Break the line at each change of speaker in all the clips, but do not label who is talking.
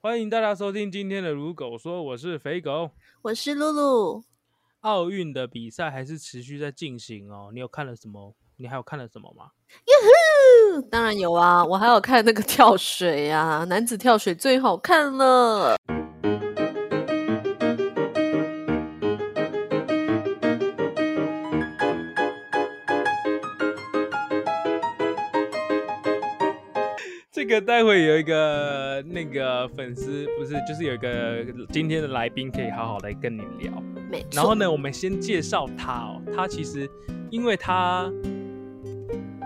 欢迎大家收听今天的《如狗说》，我是肥狗。
我是露露，
奥运的比赛还是持续在进行哦，你有看了什么？你还有看了什么吗？
嗯当然有啊，我还有看那个跳水啊，男子跳水最好看了。
这个待会有一个那个粉丝不是，就是有一个今天的来宾可以好好来跟你聊。
没错，
然后呢，我们先介绍他哦。他其实，因为他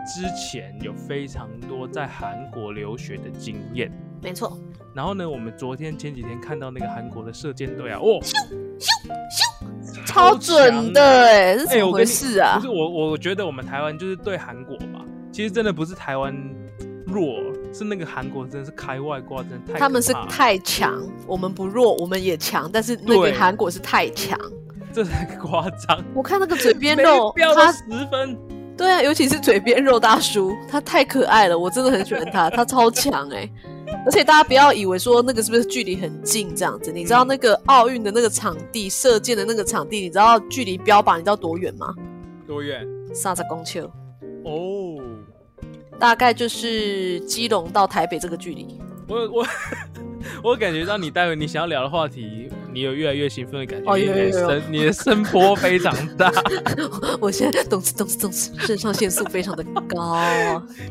之前有非常多在韩国留学的经验。
没错，
然后呢，我们昨天前几天看到那个韩国的射箭队啊，哦，
超
强
准的
欸
哎、这
哎
怎
我
么
跟你
回事啊
不？是我，我觉得我们台湾就是对韩国吧，其实真的不是台湾弱，是那个韩国真的是开外挂，真的太可怕了
他们是太强，我们不弱，我们也强，但是那
对
个韩国是太强。
这才夸张，
我看那个嘴 边
每
肉
一，标都
他
十分，
对啊，尤其是嘴边肉大叔，他太可爱了，我真的很喜欢 他，他超强哎、而且大家不要以为说那个是不是距离很近这样子，你知道
嗯
那个奥运的那个场地，射箭的那个场地，你知道距离标靶你知道多远吗？
多远？
三十公尺，
哦，
大概就是基隆到台北这个距离。
我我 我感觉到你待会你想要聊的话题，你有越来越兴奋的感觉，
哦
你
有
的
有有
声你的声波非常大，
我现在咚哧咚哧咚哧，肾上腺素非常的高。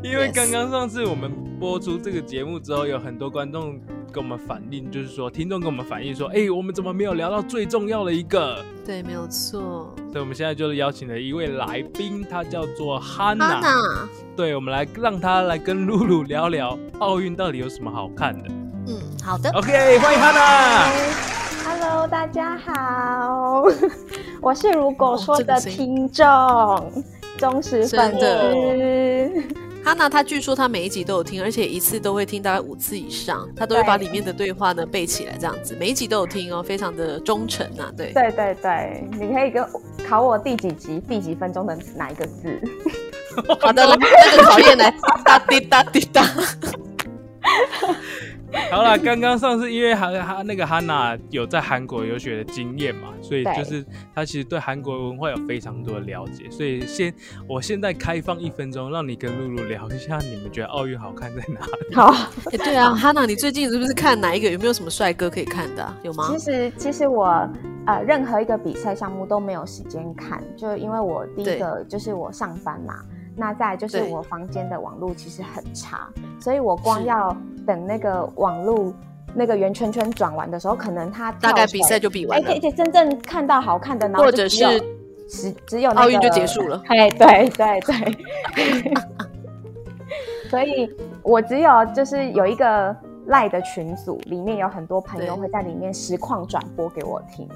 因为
Yes
刚刚上次我们播出这个节目之后，有很多观众跟我们反映，就是说听众跟我们反映说，哎、我们怎么没有聊到最重要的一个？
对，没有错。
所以我们现在就是邀请了一位来宾，他叫做 Hanna，,
安娜，
对，我们来让他来跟露露聊聊奥运到底有什么好看的。
嗯，好的。
OK，欢迎 Hanna。
Hello，大家好， 我是如果说
哦这个
的
声音
听众，忠实粉
真
丝。
哈娜，她据说她每一集都有听，而且一次都会听大概五次以上，她都会
对
把里面的对话呢背起来，这样子每一集都有听哦，非常的忠诚啊，对，
对对对，你可以跟考我第几集、第几分钟的哪一个字？
好的，来那 个考验来，哒滴哒滴哒，
好了，刚刚上次因为韩韩那个汉娜有在韩国留学的经验嘛，所以
对
就是她其实对韩国文化有非常多的了解，所以先我现在开放一分钟，让你跟露露聊一下你们觉得奥运好看在哪 里？
好，
诶对啊，哈娜，你最近是不是看哪一个？有没有什么帅哥可以看的啊、有吗
其？实其实我呃任何一个比赛项目都没有时间看，就因为我第
对
一个就是我上班嘛，那再来就是
对
我房间的网络其实很差，所以我光
是
要等那个网络那个圆圈圈转完的时候，可能它
大概
跳水
比赛就比完
而
了
且而，且真正看到好看的，然后
或
就
者
只
是
有只只有那个
奥运就结束了。
哎，对对对， 所以我只有就是有一个赖的群组，里面有很多朋友
对
会在里面实况转播给我听。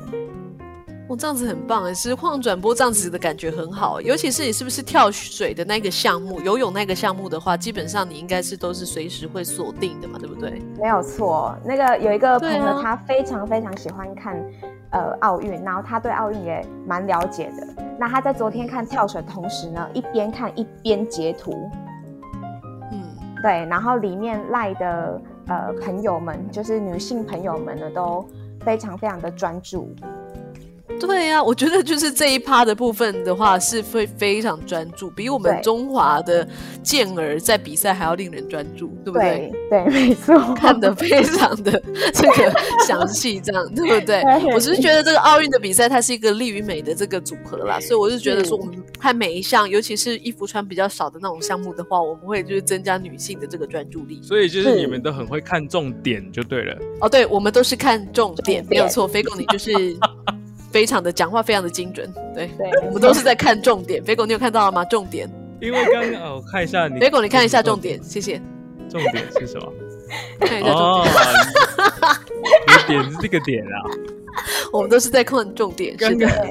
我、这样子很棒哎，实况转播这样子的感觉很好，尤其是你是不是跳水的那个项目，游泳那个项目的话，基本上你应该是都是随时会锁定的嘛，对不对？
没有错，那个有一个朋
对
友
啊
他非常非常喜欢看。呃，奥运，然后他对奥运也蛮了解的。那他在昨天看跳水的同时呢，一边看一边截图，
嗯。
对，然后里面赖的呃朋友们，就是女性朋友们呢，都非常非常的专注。
对啊呀、我觉得就是这一趴的部分的话，是会非常专注，比我们
对
中华的健儿在比赛还要令人专注，对不对？
对对，没错。
看得非常的 这个详细，这样对不对？
对
我只是觉得这个奥运的比赛，它是一个力与美的这个组合啦，所以我就觉得
嗯
说，我们看每一项，尤其是衣服穿比较少的那种项目的话，我们会就是增加女性的这个专注力。
所以就是
是
你们都很会看重点就对了。
哦，对，我们都是看重点，
重点
没有错。肥狗你就是非常的讲话，非常的精准，对。
对，
我们都是在看重点，肥狗，你有看到了吗？重点，
因为刚刚、哦、我看一下 你，
肥狗，你看一下重点，谢谢。
重点，重点是什么？
看一下重点，
哦，你你 的点是这个点啊。
我们都是在看重点，是
刚
的
刚，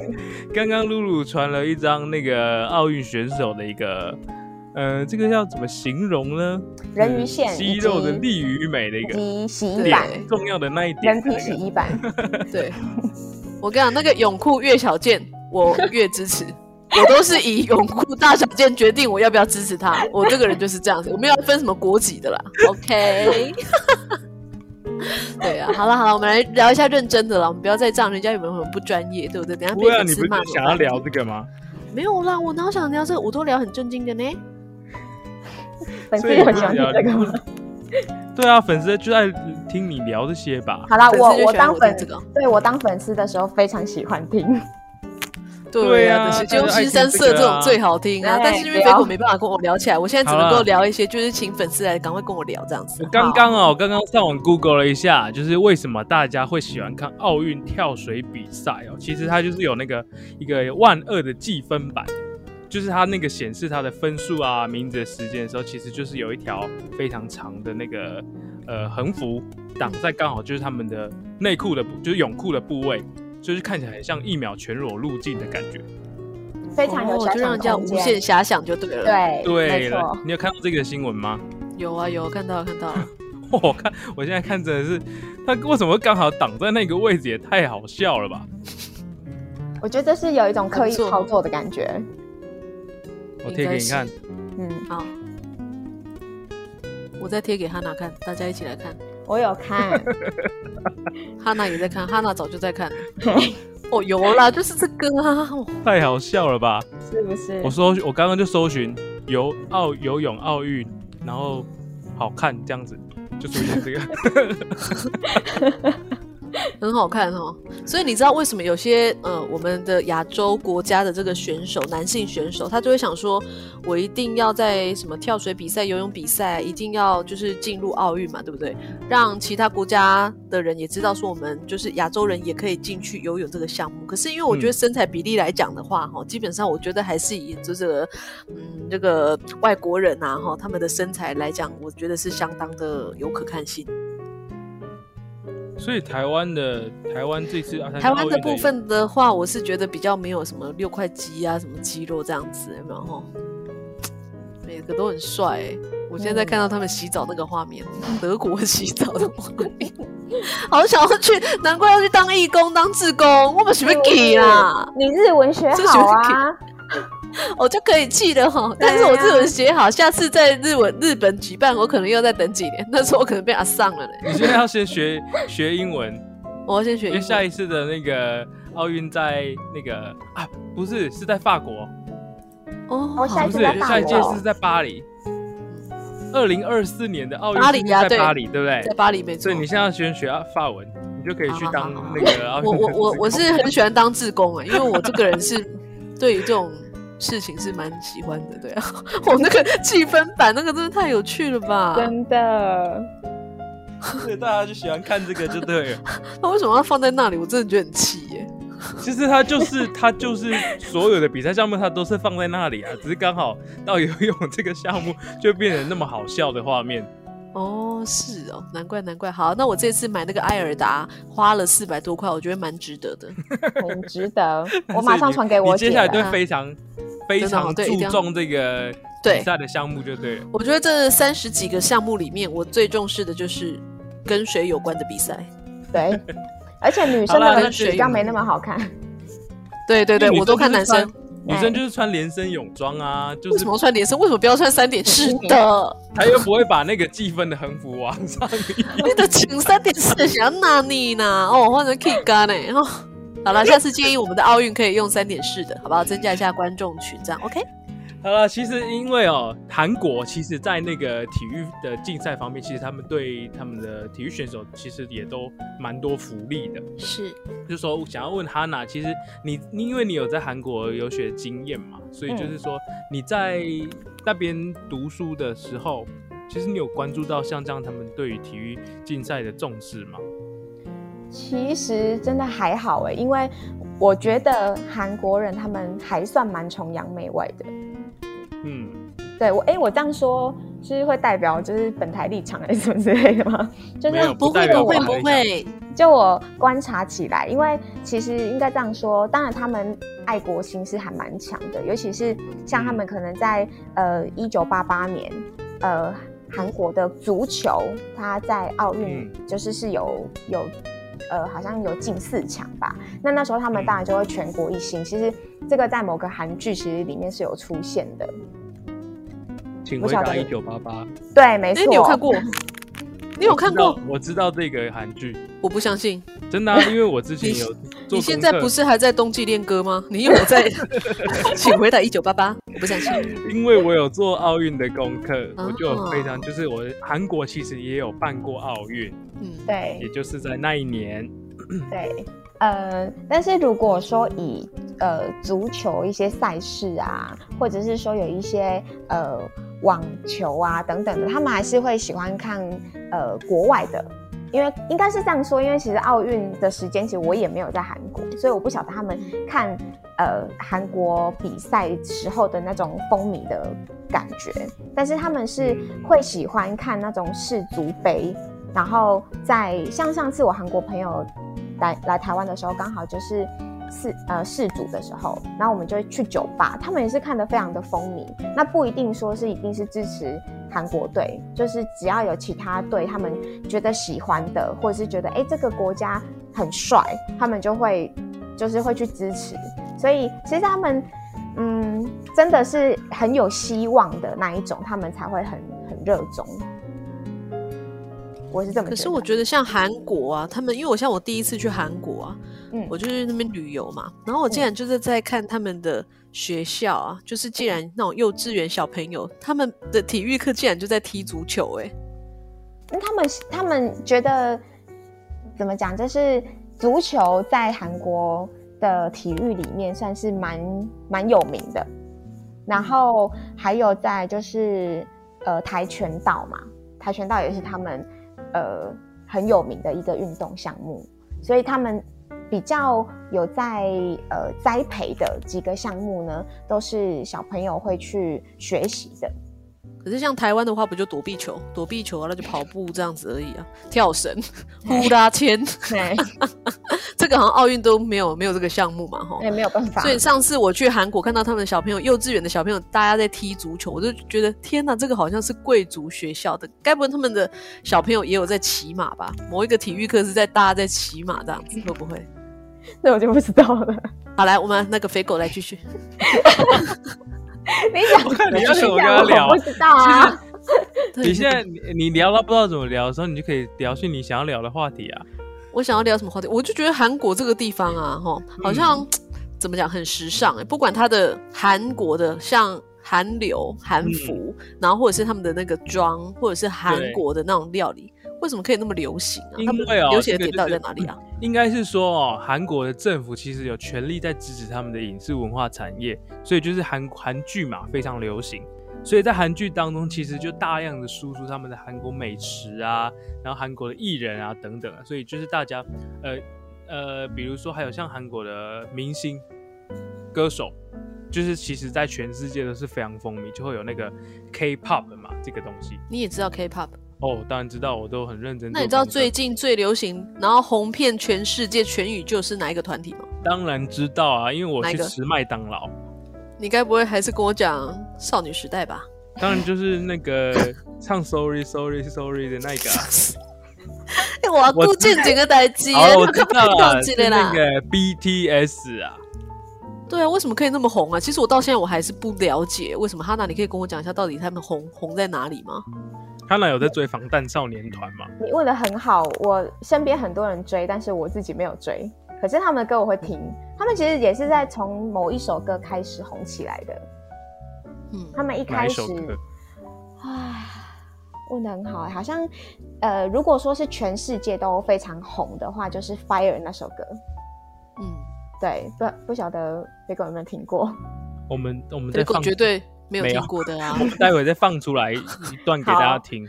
刚刚露露传了一张那个奥运选手的一个，呃，这个要怎么形容呢？
人鱼线
就是
以
肌
及
肉的力与美的一
以
个
及洗衣
对
板，
点，重要的那一点
人
的那
体
个。
洗衣板。
对。我跟你讲，那个泳裤越小件，我越支持。 我都是以泳裤大小件决定我要不要支持他，我这个人就是这样子，我没有分什么国籍的啦。OK，对，啊好了好了，我们来聊一下认真的了，我们不要再这样，人家以为我们不专业，对不对？等下
不
被
会啊，
粉
你
丝
不是
骂怎么
想要
办
聊这个吗？
没有啦，我哪想聊这个，我都聊很正经的呢。
粉
所
丝
以
有
你
喜欢
比
听
较
这个吗？
对啊，粉丝就爱听你聊这些吧。
好啦，
粉丝就
啊我我
喜欢
当
我听
粉
这个，
对我当粉丝的时候非常喜欢 听，
对
啊，
啊
就是
大家
就
都爱
新三
听
色
这个
这种
啊
最好听啊，
对啊
但是因为
聊
肥果没办法跟我聊起来，我现在只能
好
够
啦
聊一些，就是请粉丝来赶快跟我聊这样子
我。刚刚哦，我刚刚上网 Google 了一下，就是为什么大家会喜欢看奥运跳水比赛哦？其实它就是有那个一个万恶的计分板，就是它那个显示它的分数啊、名字的时间的时候，其实就是有一条非常长的那个呃横幅挡在刚好就是他们的内裤的部，就是泳裤的部位，就是看起来很像一秒全裸入境的感觉。
非常有
哦
遐
就让
想
人家
空
无
间。
限遐想就对了。，
对，
对
没
了
错，，
你有看到这个新闻吗？
有啊有，看到了 看到了。
我看我现在看真的是，他为什么会刚好挡在那个位置，也太好笑了吧？
嗯
我觉得这是有一种刻意
很不错
操作的感觉。
我贴给你看，
嗯，
好，我再贴给哈娜看，大家一起来看。
我有看，
哈娜也在看，哈娜早就在 看了。哦，有啦，就是这个啊。哦
太好笑了吧？
是不是
我？搜，我刚刚就搜寻游奥游泳奥运，然后好看这样子，就出现这 个。
很好看哦。所以你知道为什么有些呃我们的亚洲国家的这个选手，男性选手，他就会想说，我一定要在什么跳水比赛、游泳比赛，啊一定要就是进入奥运嘛，对不对？让其他国家的人也知道说，我们就是亚洲人也可以进去游泳这个项目。可是因为我觉得身材比例来讲的话，哈、基本上我觉得还是以就这个嗯这个外国人啊，哈，他们的身材来讲，我觉得是相当的有可看性。
所以台湾的台湾这次啊参加
台
奥
湾
运
的部分的话，我是觉得比较没有什么六块肌啊、什么肌肉这样子，有没有？吼每个都很帅、欸。我现在看到他们洗澡那个画面，德国洗澡的画面，好想要去，难怪要去当义工、当志工，我们是不是给啊？
你日文学
这是
好
不是
啊，
我就可以记得哈，
对啊
但是我日文写好，下次在日文日本举办，我可能又要再等几年，那时候我可能被阿上了嘞。
你现在要先学学英文，
我要先学
因
英
为
文，
下一次的那个奥运在那个啊，不是是在法国，
哦，
哦下
好
不
一
是
次在法国
下一届是在巴黎。二零二四年的奥运
巴黎
是
啊
在
对
巴黎，对不对
在？巴黎没错
所以。你现在先学啊法文，你就可以去当
好好好
那个奥运
我
的
我我
志
我
工
是很喜欢当志工啊、因为我这个人是 对于这种事情是蛮喜欢的。 对啊，我那个计分板那个真的太有趣了吧？
啊
真的。
对， 大家就喜欢看这个就对了。
他为什么要放在那里？我真的觉得很气耶、
其实它就是它就是所有的比赛项目，它都是放在那里啊，只是刚好到游泳这个项目就变成那么好笑的画面。。
哦，是哦，难怪难怪。好，那我这次买那个艾尔达花了四百多块，我觉得蛮值 得的。
很值得 我马上传给我
你
姐
接下来就
对
会非常非常
啊对一
注
定要
重这个比
对，
赛的项目就对了。
我觉得这三十几个项目里面，我最重视的就是跟水有关的比赛。
对，而且女生
好啦
的
那
泳池
水
比较没那么好看，
对对对，
因为
我都看
女
男
生就是
生哎
穿。女生就是穿连身泳装啊，就
为
是
什么穿连身？为什么不要穿三点式 的？
她又不会把那个计分的横幅往上 移。
你的情三点四想要拿你呢？哦，换成 K 干呢？哦，好
哎
了，下次建议我们的奥运可以用三点式的，好不好？增加一下观众群，这样 OK？
好了，其实因为哦，韩国其实，在那个体育的竞赛方面，其实他们对他们的体育选手其实也都蛮多福利的。
是，
就说想要问哈娜，其实你你因为你有在韩国留学经验嘛，所以
嗯
就是说你在那边读书的时候，其实你有关注到像这样他们对于体育竞赛的重视吗？
其实真的还好哎、因为我觉得韩国人他们还算蛮崇洋媚外的。
嗯，
对我，哎、我这样说是会代表就是本台立场还是什么之类的吗？就
没有
是
不
不会
代表
不
我
会
的
不
立
会，
就我观察起来，因为其实应该这样说，当然他们爱国心是还蛮强的，尤其是像他们可能在呃一九八八年，呃韩国的足球，它在奥运就是是有有呃好像有进四强吧，那那时候他们
嗯
当然就会全国一心。其实这个在某个韩剧其实里面是有出现的，
请
我
回
晓
答
得
一九八八。
对，没
哎、
错。
你有看过？你有看过？
啊我知道这个韩剧，
我不相信。
真 的啊、因为我之前
你
有做
你现在
功课
不是还在冬季练歌吗？你有 在？请回答一九八八，我不相信。
因为我有做奥运的功课，
哦
我就有非常就是我韩国其实也有办过奥运，
嗯，
对
也就是在那一年，
对，呃，但是如果说以呃足球一些赛事啊，或者是说有一些呃网球啊等等的，他们还是会喜欢看呃国外的。因为应该是这样说，因为其实奥运的时间，其实我也没有在韩国，所以我不晓得他们看呃韩国比赛时候的那种风靡的感觉。但是他们是会喜欢看那种世足杯，然后在像上次我韩国朋友来来台湾的时候，刚好就是世呃世足的时候，然后我们就会去酒吧，他们也是看得非常的风靡。那不一定说是一定是支持韩国队，就是只要有其他队他们觉得喜欢的，或者是觉得哎这个国家很帅，他们就会就是会去支持。所以其实他们嗯真的是很有希望的那一种，他们才会很很热衷。我是这么觉得。
可是我觉得像韩国啊，他们因为我像我第一次去韩国啊，
嗯
我就去那边旅游嘛，然后我竟然就是在看他们的学校啊，就是竟然那种幼稚园小朋友，他们的体育课竟然就在踢足球、欸，
那他们他们觉得怎么讲？就是足球在韩国的体育里面算是蛮蛮有名的，然后还有在就是呃跆拳道嘛，跆拳道也是他们呃很有名的一个运动项目，所以他们比较有在呃栽培的几个项目呢，都是小朋友会去学习的。
可是像台湾的话，不就躲避球、躲避球啊，那就跑步这样子而已啊，跳绳、呼啦圈，
对，
这个好像奥运都没有没有这个项目嘛，吼。
也没有办法。
所以上次我去韩国看到他们的小朋友，幼稚园的小朋友，大家在踢足球，我就觉得天哪，这个好像是贵族学校的，该不会他们的小朋友也有在骑马吧？某一个体育课是在大家在骑马这样子，会不会？
那我就不知道了。
好，来，我们那个肥狗来继续。
你想
我看你要
继
怎
续
么
这
跟
样
他聊
我不知道啊。
你现在你你聊到不知道怎么聊的时候，你就可以聊去你想要聊的话题啊。
我想要聊什么话题？我就觉得韩国这个地方
嗯
啊，吼，好像、怎么讲很时尚哎、不管它的韩国的像。韩流、韩服，
嗯
然后或者是他们的那个妆，或者是韩
对
国的那种料理，为什么可以那么流行啊？
因
他们
为哦
流行的
这个
点到
就
底在
是嗯
哪里啊？
应该是说哦，韩国的政府其实有权力在支持他们的影视文化产业，所以就是韩韩剧嘛非常流行，所以在韩剧当中其实就大量的输出他们的韩国美食啊，然后韩国的艺人啊等等啊，所以就是大家呃呃，比如说还有像韩国的明星歌手。就是其实，在全世界都是非常风靡，就会有那个 K-pop 嘛这个东西
你也知道 K-pop，
哦。当然知道，我都很认真做功课。
那你知道最近最流行，然后红遍全世界、全宇宙是哪一个团体吗？
当然知道啊，因为我
哪一
去
个
吃麦当劳，
你该不会还是跟我讲少女时代吧？
当然就是那个唱 Sorry Sorry Sorry 的那个、啊。
哎、我要
我
顾
知
见整个代机，
好了，
你
我
们
知
根
道
本就
了，
忘
是
记了
那
啦。
个 BTS 啊。
对啊，为什么可以那么红啊？其实我到现在我还是不了解为什么。哈娜，你可以跟我讲一下到底他们红红在哪里吗？
他那有在追防弹少年团嘛？
你问的很好，我身边很多人追，但是我自己没有追。可是他们的歌我会听，他们其实也是在从某一首歌开始红起来的。
嗯，
他们一
哪
开
一
始
首歌？
啊，问的很好、欸，好像呃，如果说是全世界都非常红的话，就是《Fire》那首歌。
嗯，
对，不不晓得飞哥有没有听过？
我们我们
这
再
个
放，
绝对没有
没有
听过的啊
我。们待会再放出来一段给大家听。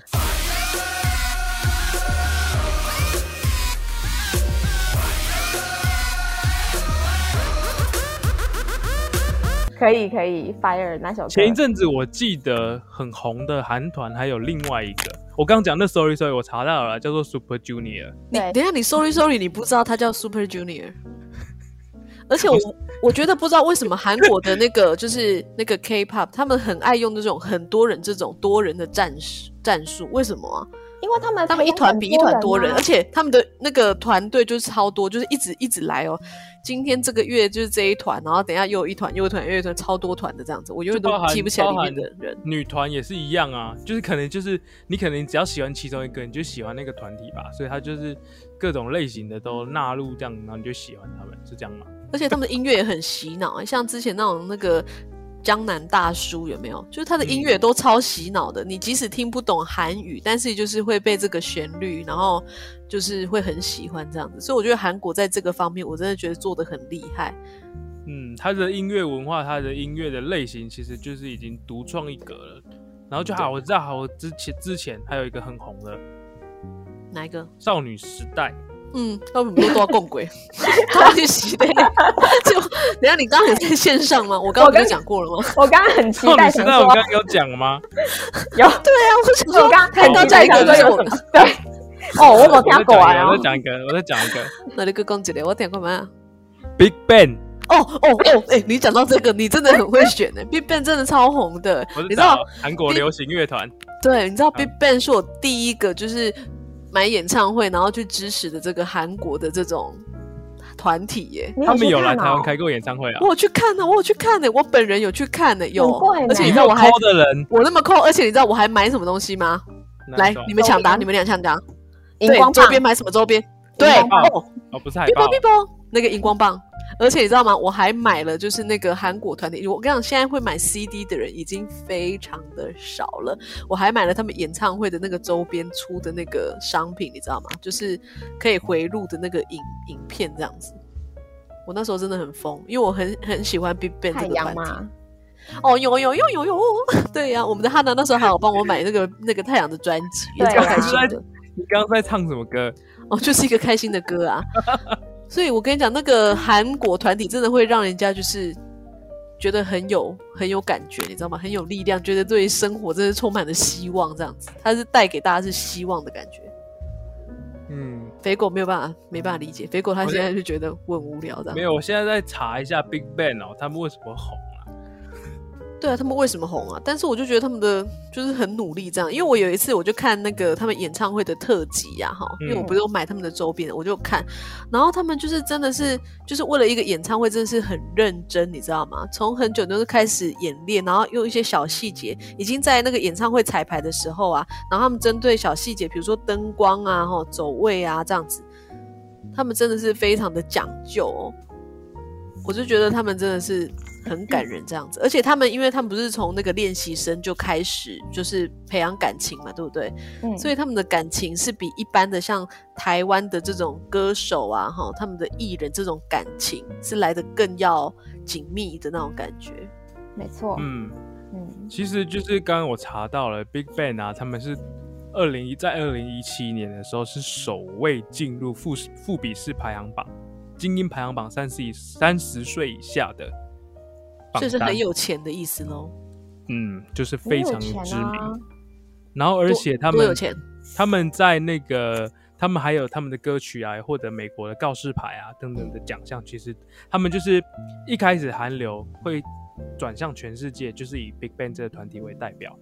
可以可以，《Fire》那首歌。
前一阵子我记得很红的韩团还有另外一个，我刚讲那 Sorry Sorry 我查到了，叫做 Super Junior。
你
对
等一下，你 sorry sorry，你不知道他叫 Super Junior，而且我我觉得不知道为什么韩国的那个 就是那个 K-pop，他们很爱用这种很多人这种多人的战术战术，为什么啊？
因为他们
他们一团比一团多人，
啊
而且他们的那个团队就是超多，就是一直一直来哦。今天这个月就是这一团，然后等一下又有一团，又有一团，又有一团，超多团的这样子，我永远
就包
都
含
记不起来里
包
面
含
的人。
女团也是一样啊，就是可能就是你可能只要喜欢其中一个，你就喜欢那个团体吧，所以他就是各种类型的都纳入这样，然后你就喜欢他们，是这样吗？
而且他们的音乐也很洗脑，欸像之前那种那个江南大叔有没有？就是他的音
嗯
乐都超洗脑的，你即使听不懂韩语，但是就是会被这个旋律，然后就是会很喜欢这样子。所以我觉得韩国在这个方面，我真的觉得做的很厉害。
嗯，他的音乐文化，他的音乐的类型，其实就是已经独创一格了。然后就好，我知道，好，我之前之前还有一个很红的
哪一个？
少女时代，
嗯，要不你都要共 轨，都要去洗 的。就等一下你刚刚有在线上吗？ 我刚刚
我
不
刚
是讲过了吗？
我刚刚很期
少
待，
女时
想
代我
说
们刚刚有讲了吗？
有，
对啊，我想
我
说
刚刚
看到
很
这
期待
一个就
想说
是
有
我
什么 对，哦，我
我
有听
再
过
讲一
啊
个，我再，讲一个，我再讲一个
那你个公姐嘞，我点干嘛？
Big Bang，
哦哦哦，哎、你讲到这个，你真的很会选呢、Big Bang 真的超红的，
我嗯是
你知道
找韩国流行乐团，
对，你知道 Big Bang 是我第一个就是买演唱会，然后去支持的这个韩国的这种团体耶。
你
他们
去
有来
看
台湾
哦
开过演唱会啊
我。有去看呢、我有去看呢、欸我本人有去看呢、欸有
很贵呢，
而且你
你
知
那
道
么
我还
抠的人，
我那么抠，而且你知道我还买什么东西吗？
那
来
种，
你们抢答，
周边
你们俩抢答。
荧光
对，
棒
周边买什么周边？对，
荧光
哦，
哦，不是海
哔
报
啵，哔啵，那个荧光棒。而且你知道吗？我还买了，就是那个韩国团体。我跟你讲，现在会买 CD 的人已经非常的少了。我还买了他们演唱会的那个周边出的那个商品，你知道吗？就是可以回录的那个影影片这样子。我那时候真的很疯，因为我很很喜欢 Big Bang 这
太
个
阳
团体。
嘛，
哦，有有有有有， 对呀、我们的汉娜那时候还有帮我买那个那个太阳的专辑，也
对
超
啊
开心的。
你刚刚在唱什么歌？
哦，就是一个开心的歌啊。所以我跟你讲，那个韩国团体真的会让人家就是觉得很有很有感觉，你知道吗？很有力量，觉得对生活真的充满了希望，这样子，它是带给大家是希望的感觉。
嗯，
肥狗没有办法，没办法理解。肥狗他现在就觉得我很无聊这
没
样。
有，我现在在查一下 Big Bang 哦，他们为什么红啊？
对啊，他们为什么红啊？但是我就觉得他们的就是很努力这样，因为我有一次我就看那个他们演唱会的特辑呀、哈，因为我
嗯
不是有买他们的周边，我就看，然后他们就是真的是就是为了一个演唱会，真的是很认真，你知道吗？从很久就是开始演练，然后用一些小细节，已经在那个演唱会彩排的时候啊，然后他们针对小细节，比如说灯光啊、哈走位啊这样子，他们真的是非常的讲究哦。我就觉得他们真的是很感人这样子，而且他们因为他们不是从那个练习生就开始就是培养感情嘛，对不对？
嗯，
所以他们的感情是比一般的像台湾的这种歌手啊，哈，他们的艺人这种感情是来的更要紧密的那种感觉。
没错，
嗯，
嗯，
其实就是刚刚我查到了 Big Bang 啊，他们是二零一在二零一七年的时候是首位进入富富比士排行榜精英排行榜三十以三十岁以下的榜
所以是
单
很，有钱的意思喽，
嗯，就是
很
非
有
常知
钱
名。
啊，
然后而
多
且他
多
们
有钱，
他们在那个，他们还有他们的歌曲啊，获得美国的告示牌啊等等的奖项。其实他们就是一开始韩流会转向全世界，就是以 Big Bang 这个团体为代表。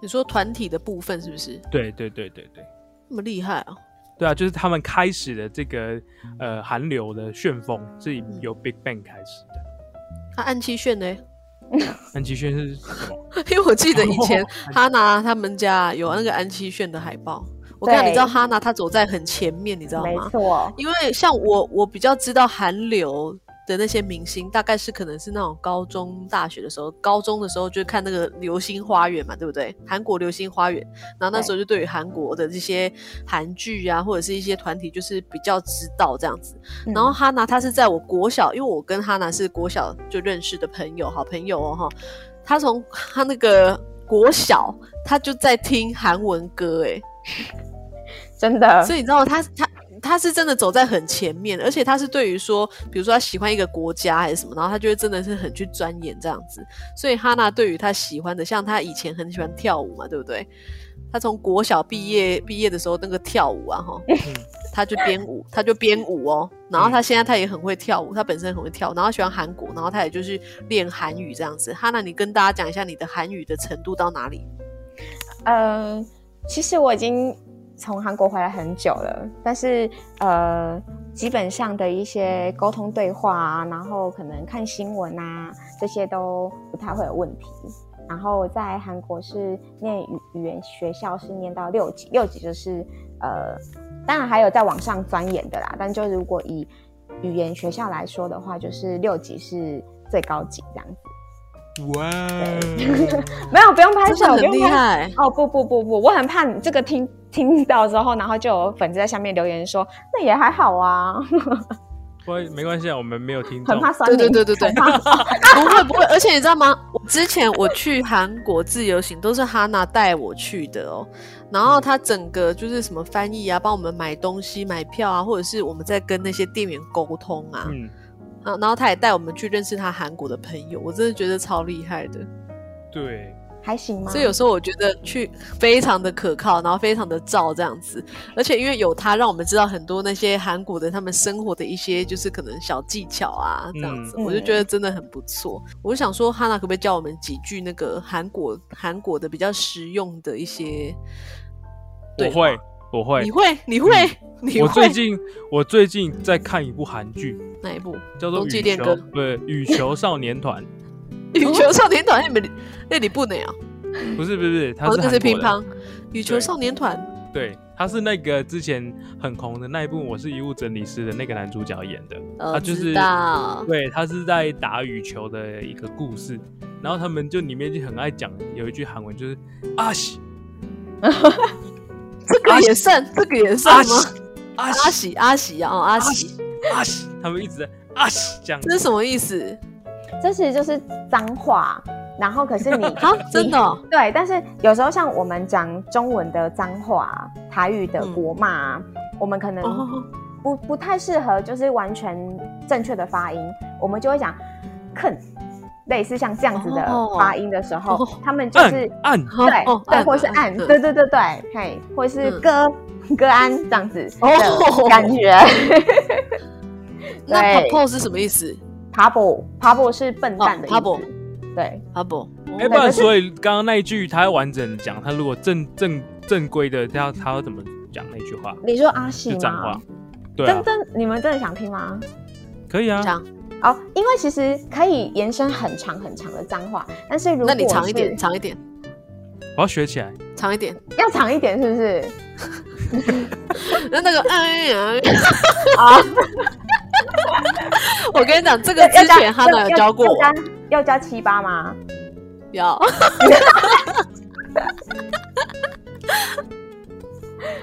你说团体的部分是不是
对对对对对，
那么厉害啊？
对啊，就是他们开始的这个呃韩流的旋风是以
嗯
由 Big Bang 开始的。
那、暗啊七炫呢？
安七炫是什么？
因为我 记得 以前
安
哈娜他们家有那个安七炫的海报。我看你
对
知道哈娜她走在很前面，你知道
没
吗？
错，
因为像我，我比较知道韩流的那些明星，大概是可能是那种高中、大学的时候，高中的时候就看那个《流星花园》嘛，对不对？韩国《流星花园》，然后那时候就对于韩国的这些韩剧啊，或者是一些团体，就是比较知道这样子。
嗯
然后哈娜她是在我国小，因为我跟哈娜是国小就认识的朋友，好朋友哦哈。她从她那个国小，她就在听韩文歌，诶，
真的，
所以你知道她她。她是真的走在很前面，而且她是对于说，比如说她喜欢一个国家还是什么，然后她就会真的是很去钻研这样子。所以哈娜对于她喜欢的，像她以前很喜欢跳舞嘛，对不对？她从国小毕业毕业的时候那个跳舞啊，哈，她就编舞，她就编舞哦。然后她现在她也很会跳舞，她本身很会跳舞，然后她喜欢韩国，然后她也就是练韩语这样子。哈娜，你跟大家讲一下你的韩语的程度到哪里？
呃嗯，其实我已经从韩国回来很久了，但是呃，基本上的一些沟通对话啊，然后可能看新闻啊，这些都不太会有问题。然后我在韩国是念语语言学校，是念到六级，六级就是呃，当然还有在往上钻研的啦。但就如果以语言学校来说的话，就是六级是最高级这样子。
哇，哦
没有，不用拍
真的
手，不
很
用
厉
拍手
害。
哦，不不不不，我很怕你这个听听到之后，然后就有粉丝在下面留言说，那也还好啊，
不会没关系啊，我们没有听
很
众。
怕酸
对
民。
对对对对， 不会不会，而且你知道吗？我之前我去韩国自由行都是哈娜带我去的哦，然后她整个就是什么翻译啊，帮我们买东西、买票啊，或者是我们在跟那些店员沟通啊，
嗯，
啊，然后她也带我们去认识她韩国的朋友，我真的觉得超厉害的。
对，
还行吗？
所以有时候我觉得去非常的可靠，然后非常的照这样子，而且因为有他，让我们知道很多那些韩国的他们生活的一些就是可能小技巧啊这样子，
嗯
我就觉得真的很不错。我就想说，哈娜可不可以教我们几句那个韩国韩国的比较实用的一些？
我
对
会，我会嗯
你。会，你会，你
我最
会
近我最近在看一部韩剧，
哪一部？
叫做
冬季
《羽
恋
球
歌》，
对，《羽球少年团
羽球少年团，那你们那里不能啊？》
不是不是不是，它
哦
是
那个是
韩
乒
国的。
乓，羽球少年团。
对，他是那个之前很红的那一部《我是遗物整理师》的那个男主角演的。
呃，
他就
知
是
道
对他是在打羽球的一个故事，然后他们就里面就很爱讲有一句韩文，就是啊阿喜
这个也算，这个也
阿
算
喜
吗？
阿
阿
喜
喜阿喜啊，哦阿
阿
喜
喜，阿喜，他们一直在阿喜这样
这是什么意思
这其实就是脏话，然后可是你
啊？真的哦、
对，但是有时候像我们讲中文的脏话、台语的
嗯
国骂啊、我们可能
哦，
不不太适合，就是完全正确的发音，我们就会讲坑，类似像这样子的
哦
发音的时候，
哦
他们就
按
是。
按
好
对，
哦
对，
按
或是
啊
按，
嗯
对对对对，嘿，或是
嗯
歌歌安这样子
哦
的感 觉。
那
对
papo 是什么意思
p a b l e p a b l e 是笨蛋的意思。哦
哦，pabble
对，
？papo，
哎，
对
不然
可是
所以刚刚那一句他要完整讲，他如果正正正规的，他他要怎么讲那句话？
你说阿
是
信
脏话
吗？，
对啊
啊真，真，你们真的想听吗？
可以啊，
长，
哦，因为其实可以延伸很长很长的脏话，但是如果
那你长
是
一点，，长一点，
我要学起来。
长一点。
要长一点是不是？
那那个，哎呀， 我跟你讲，这个
啊要
之
加
前哈娜有教过
要
我，
加要加七八吗？
要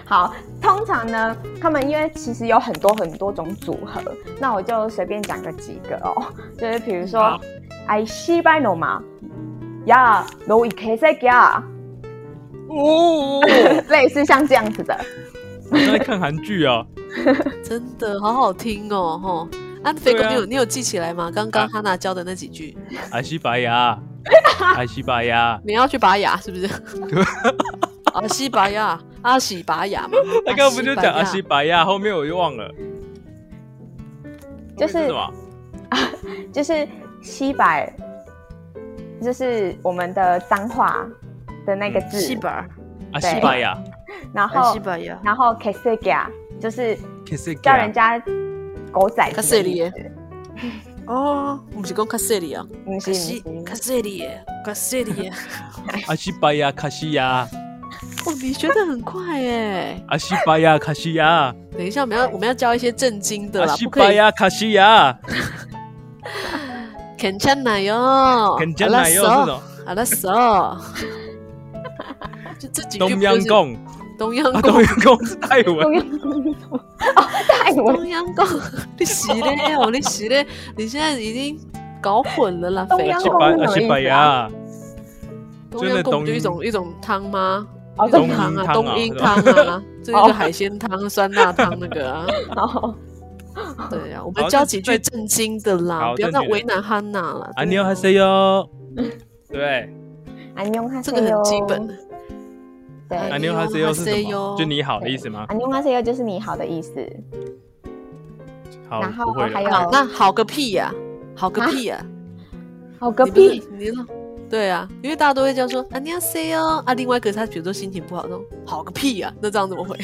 好，通常呢，他们因为其实有很多很多种组合，那我就随便讲个几个哦，就是比如说
好，
哎西班奴嘛，呀，罗伊克塞 呀，
哦，
类似像这样子的，
我在看韩剧 啊，
真的好好听哦，吼。啊，肥狗，
对啊啊
你有你有记起来吗？刚刚哈娜教的那几句，
阿西拔牙，阿西拔牙，
你要去拔牙是 不是？阿西拔牙，阿喜拔牙 嘛。
他刚刚不就讲阿
拔牙
西拔牙，后面我就忘了，后面
就是
什么？
就是西百，就是我们的脏话的那个字，
西班牙，
阿西拔牙，
然
啊
后
西班牙，
然后 k e s e g a 就是叫
叫
人家狗仔
卡
子
塞
的
里
意
耶
思，
哦，我们是讲卡塞里啊，
不嗯是
卡
不
西
是，
卡塞里耶，卡塞里耶，
阿西拔牙卡西亚，
哦，你学的很快耶。
阿西拔牙卡西亚，
等一下，我们要我们要教一些正经的
阿
啦，
西
不
拔
可以。
牙卡西亚，
肯加奶哟，
肯加奶油这种，
好了手。就这几句
东
不就
阳
是
贡，
东阳
啊，
贡
东，阳贡是泰文，
太文
东阳贡，你洗嘞哦，你洗嘞，你现在已经搞混了啦，
东
肥
阳
阿西
狗
贡。
拔
是什
阿
么啊
西拔牙，
东
真
阳
的
贡
冬
不就一
阴
种一种汤吗？
哦，
一
这
种
冬阴
么
汤
汤啊
啊，冬阴
是
汤
吧
啊，这就
哦
是海鲜汤、酸辣汤那个啊。
好，
对啊，我
嗯好
们教
那
几
再
句正经的啦，
好
不要
正
再
经的啊
为难汉娜了。啊
阿
真
牛
的
哈塞哟，对，
安妞哈
这
塞
个很
哟，
基本，
对，
阿
安
牛哈塞哟是什么？
안녕하세요
就你好的意思吗？
安妞哈塞哟就是你好的意思，
好，
然后
不会
还
了
有，
啊那好个屁呀，好个
啊
屁呀！
好个
你不是
屁，
你说对啊，因为大家都会这样说啊，你要 say 哦啊。另外一个他比如说心情不好，说好个屁啊，那这样怎么回？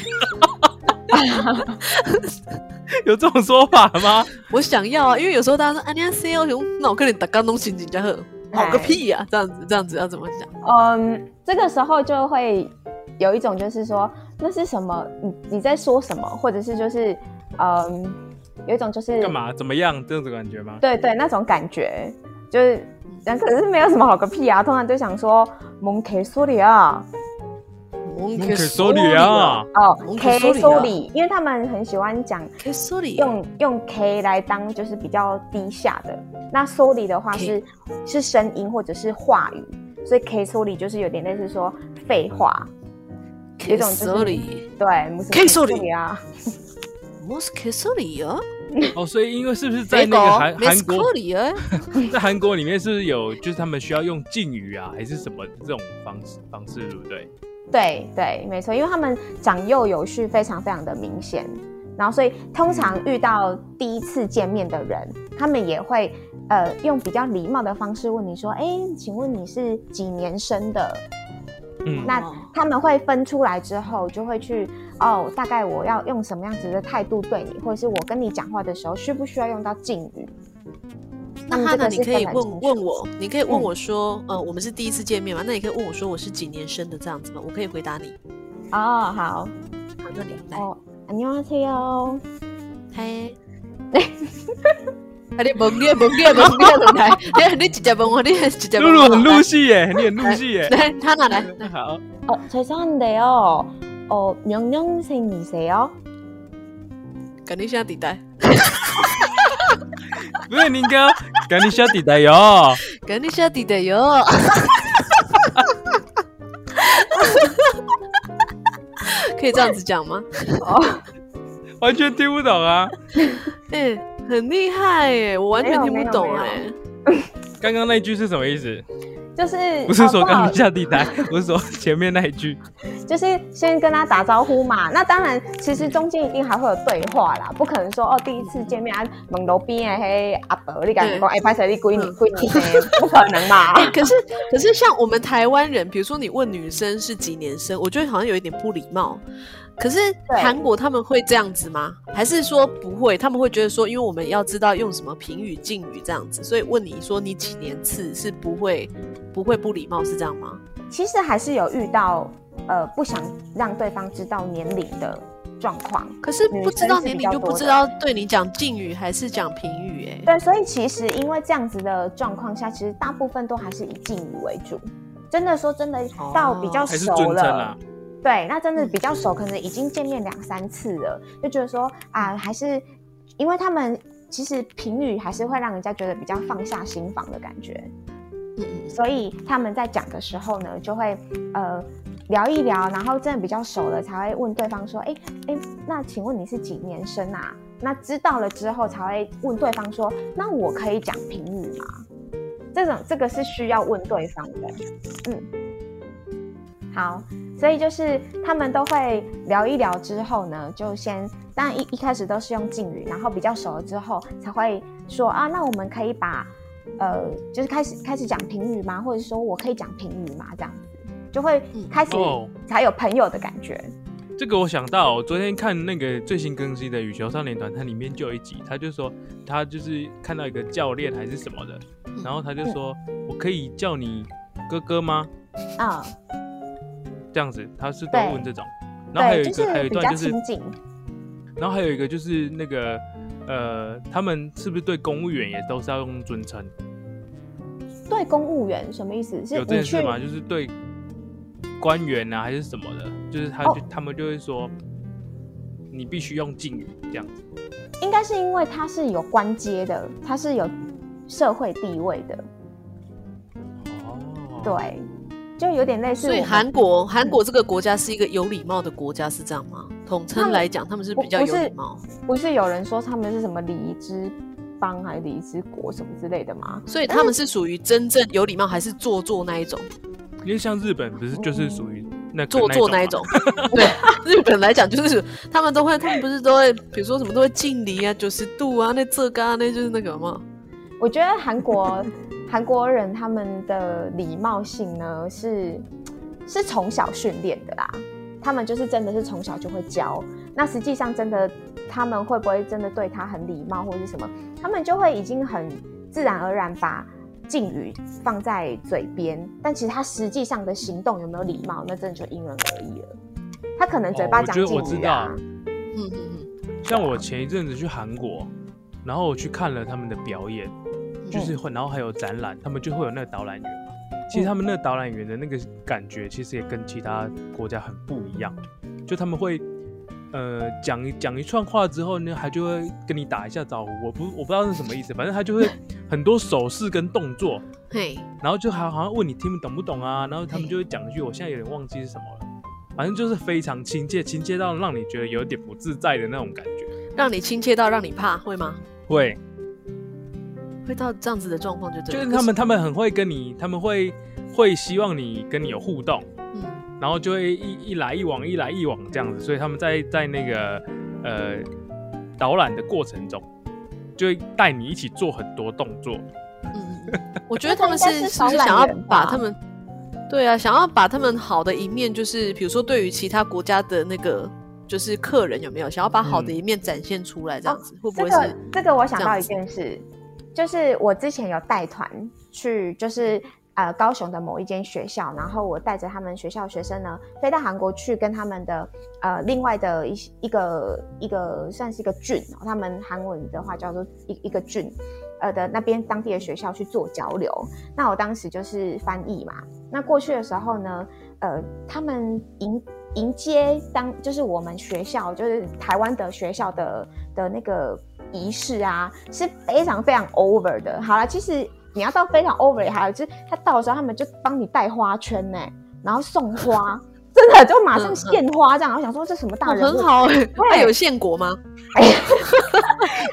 有这种说法吗？
我想要啊，因为有时候大家说啊，你要 say 哦，我想那我跟你打刚东情景加贺，
哎
好个屁呀、啊，这样子这样子要怎么讲？
嗯，这个时候就会有一种就是说那是什么？你你在说什么？或者是就是嗯，有一种就是
干？嘛？怎么样？这种感觉吗？
嗯对对，那种感觉就是，但可是没有什么好个屁啊！通常就想说蒙 K 苏里啊，
蒙
蒙可索里啊，
哦
蒙
K
克苏里啊
苏里，因为他们很喜欢讲
，K 苏里啊
用用 K 来当就是比较低下的。那 s o l i 的话
K
是是声音或者是话语，所以 K s o l i 就是有点类似说废话。有
K
一种就是
苏里
对，不是
K sorry
啊，
，Mos K 苏里啊，
哦，所以因为是不是在
美
那个韩
国 Miss
韩国
k 里啊，
在韩国里面是不是有，就是他们需要用敬语啊，还是什么这种方式方式，对不对？
对对，没错，因为他们长幼有序非常非常的明显，然后所以通常遇到第一次见面的人，他们也会呃用比较礼貌的方式问你说，哎，请问你是几年生的？
嗯，
那
哦
他们会分出来之后，就会去哦，大概我要用什么样子的态度对你，或者是我跟你讲话的时候，需不需要用到敬语？
那哈娜，
嗯这个
你
是
可以
分得
问
清楚
问我，你可以问
嗯
我说，呃，我们是第一次见面嘛？那你可以问我说我是几年生的这样子吗？我可以回答你。
哦，好
好，那你来，
哦，안녕하세요。
嘿， 啊，你蒙你蒙你蒙你怎么来？ 你你直接问我，你直接
露
问
露
我。
很入 戏耶，你很入戏 耶。
来，哈娜来，
好，
어죄哦송한데요어명년생이세요？
肯定下底带，
不是你应该要赶紧下哦底的哟。
肯定下底带哟。 可以这样子讲吗？
哦
完全听不懂啊！
哎、很厉害耶！我完
没
全
有
听
没
不
有
懂
没有
哎。
刚刚那一句是什么意思？
就是
不是
哦
说
好
刚刚下地带，我是说前面那一句。
就是先跟他打招呼嘛。那当然，其实中间一定还会有对话啦，不可能说哦，第一次见面啊，门楼边的嘿阿伯，你敢
对
讲哎，拍谁你闺女
嗯
闺女，不可能嘛。
哎、可是可是像我们台湾人，比如说你问女生是几年生，我觉得好像有一点不礼貌。可是
对
韩国他们会这样子吗？还是说不会？他们会觉得说，因为我们要知道用什么评语、敬语这样子，所以问你说你几年次是不会不会不礼貌，是这样吗？
其实还是有遇到呃不想让对方知道年龄的状况。
可是
女
不知
生
道
是
年
比
龄
较
就不
多
知
的
道对你讲敬语还是讲评语、欸，哎，
对，所以其实因为这样子的状况下，其实大部分都还是以敬语为主。真的说真的
哦，
到比较
还是
熟
尊称
了，
啊
对，那真的比较熟，可能已经见面两三次了，就觉得说啊，还是因为他们其实评语还是会让人家觉得比较放下心房的感觉。
嗯嗯
所以他们在讲的时候呢，就会呃聊一聊，然后真的比较熟了，才会问对方说，哎哎，那请问你是几年生啊？那知道了之后，才会问对方说，那我可以讲评语吗？这种这个是需要问对方的，嗯，好，所以就是他们都会聊一聊之后呢，就先，当然一一开始都是用敬语，然后比较熟了之后才会说啊，那我们可以把呃，就是开始开始讲评语吗？或者说我可以讲评语吗？这样子就会
嗯
开始
哦
才有朋友的感觉。
这个我想到，我昨天看那个最新更新的《羽球少年团》，它里面就有一集，他就说他就是看到一个教练还是什么的，
嗯
然后他就说：“我可以叫你哥哥吗
嗯，？”
这样子，他是都问这种。然后还有
对，
一个，
就
还有
是
一
比
段
较
就是
亲，近。
然后还有一个就是那个呃，他们是不是对公务员也都是要用尊称？
对公务员什么意思？是
有这
你
件
去
事吗？就是对官员啊还是什么的，就是他就、
哦
他们就会说你必须用敬语这样子。
应该是因为他是有官阶的，他是有社会地位的，
哦，
对，就有点类似
所
我们。
以韩国韩国这个国家是一个有礼貌的国家，是这样吗？统
他
称
们
来讲，他们是
不
比较
不
有
是
礼貌。
不是有人说他们是什么礼仪之邦还是礼仪之国什么之类的吗？
所以他们是属于真正有礼貌，还是做作那一种？
因为像日本不是就是属于那个
做作
那
那
一
一
种
种
嘛，
对日本来讲就是他们都会，他们不是都会，比如说什么都会敬礼啊，九十度啊，那这个啊，那就是那个嘛。
我觉得韩国 韩国人他们的礼貌性呢是是从小训练的啦，他们就是真的是从小就会教。那实际上真的他们会不会真的对他很礼貌或是什么，他们就会已经很自然而然把敬语放在嘴边，但其实他实际上的行动有没有礼貌，那真的就因人而异了。他可能嘴巴
哦
讲
我觉得我
敬
知
语啊，
道
嗯嗯
像我前一阵子去韩国，然后我去看了他们的表演，
嗯，
就是会，然后还有展览，他们就会有那个导览员嘛。其
嗯
实他们那个导览员的那个感觉，其实也跟其他国家很不一样。就他们会，呃，讲一讲一串话之后呢，还就会跟你打一下招呼。我不我不知道是什么意思，反正他就会很多手势跟动作，
嘿，
然后就还好像问你听不懂不懂啊，然后他们就会讲一句，我现在有点忘记是什么了。反正就是非常亲切，亲切到让你觉得有点不自在的那种感觉。
让你亲切到让你怕，会吗？
会，
会到这样子的状况就对
就
了。
是他们，他
可
们很会跟你，他们会会希望你跟你有互动，
嗯，
然后就会一一来一往，一来一往这样子，所以他们在在那个呃导览的过程中，就会带你一起做很多动作。
嗯嗯嗯我觉得他 们是
那他应该是
是不是
导览
想要
员吧
把他们，对啊，想要把他们好的一面，就是比如说对于其他国家的那个就是客人有没有想要把好
嗯
的一面展现出来，这样子、会不
哦这
会是？
个这个我想
这
到
样
一
子
件事，就是我之前有带团去，就是呃高雄的某一间学校，然后我带着他们学校的学生呢飞到韩国去，跟他们的呃另外的一些一个一个算是一个郡，哦他们韩文的话叫做一一个郡。呃的那边当地的学校去做交流，那我当时就是翻译嘛。那过去的时候呢，呃，他们迎迎接当就是我们学校，就是台湾的学校的的那个仪式啊，是非常非常 over 的。好了，其实你要到非常 over 也还好，就是他到的时候，他们就帮你带花圈呢、然后送花，真的就马上献花这样。我想说这什么大
哦
人物
很好哎、欸，
对
那有建国吗？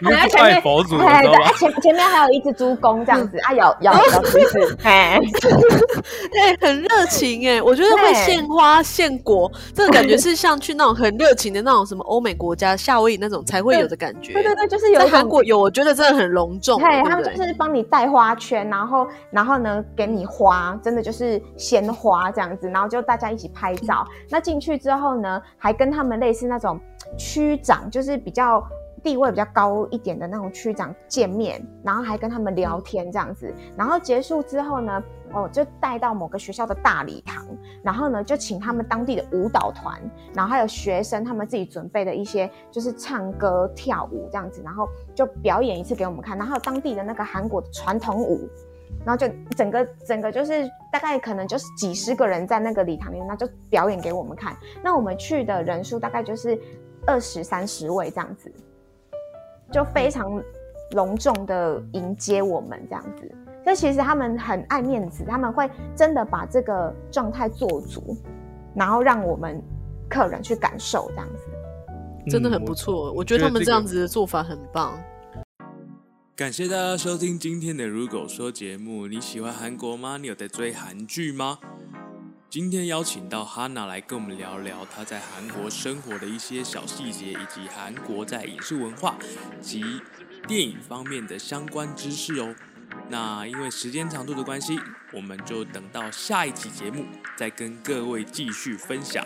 你是不拜佛祖，你
哎
知道吗？
前前面还有一只猪公这样子啊，咬 咬咬鼻子，哎，
哎、很热情哎、我觉得会
对
献花献果，这个感觉是像去那种很热情的那种什么欧美国家、夏威夷那种才会有的感觉。欸
对对对，就是有
在
一种
韩国有，我觉得真的很隆重欸，
对，
对
他
不
们就
对？
是帮你带花圈，然后然后呢给你花，真的就是鲜花这样子，然后就大家一起拍照。那进去之后呢，还跟他们类似那种区长，就是比较。地位比较高一点的那种区长见面，然后还跟他们聊天这样子，然后结束之后呢，哦，就带到某个学校的大礼堂，然后呢，就请他们当地的舞蹈团，然后还有学生他们自己准备的一些，就是唱歌、跳舞这样子，然后就表演一次给我们看，然后还有当地的那个韩国的传统舞，然后就整个整个就是大概可能就是几十个人在那个礼堂里面，那就表演给我们看。那我们去的人数大概就是二十三十位这样子，就非常隆重的迎接我们这样子。所以其实他们很爱面子，他们会真的把这个状态做足，然后让我们客人去感受这样子。
真的很
嗯
不。错，我觉得他们这样子的做法很棒。
感谢大家收听今天的《如果说》节目。你喜欢韩国吗？你有在追韩剧吗？今天邀请到哈娜来跟我们聊聊她在韩国生活的一些小细节，以及韩国在影视文化及电影方面的相关知识哦。那因为时间长度的关系，我们就等到下一期节目再跟各位继续分享。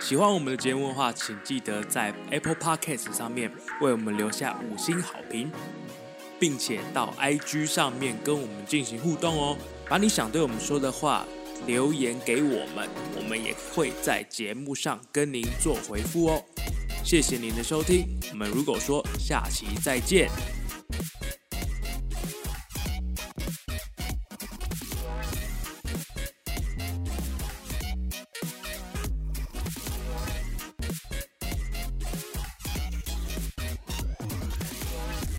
喜欢我们的节目的话，请记得在 Apple Podcast 上面为我们留下五星好评，并且到 IG 上面跟我们进行互动哦。把你想对我们说的话留言给我们，我们也会在节目上跟您做回复哦。谢谢您的收听，我们如果说下期再见，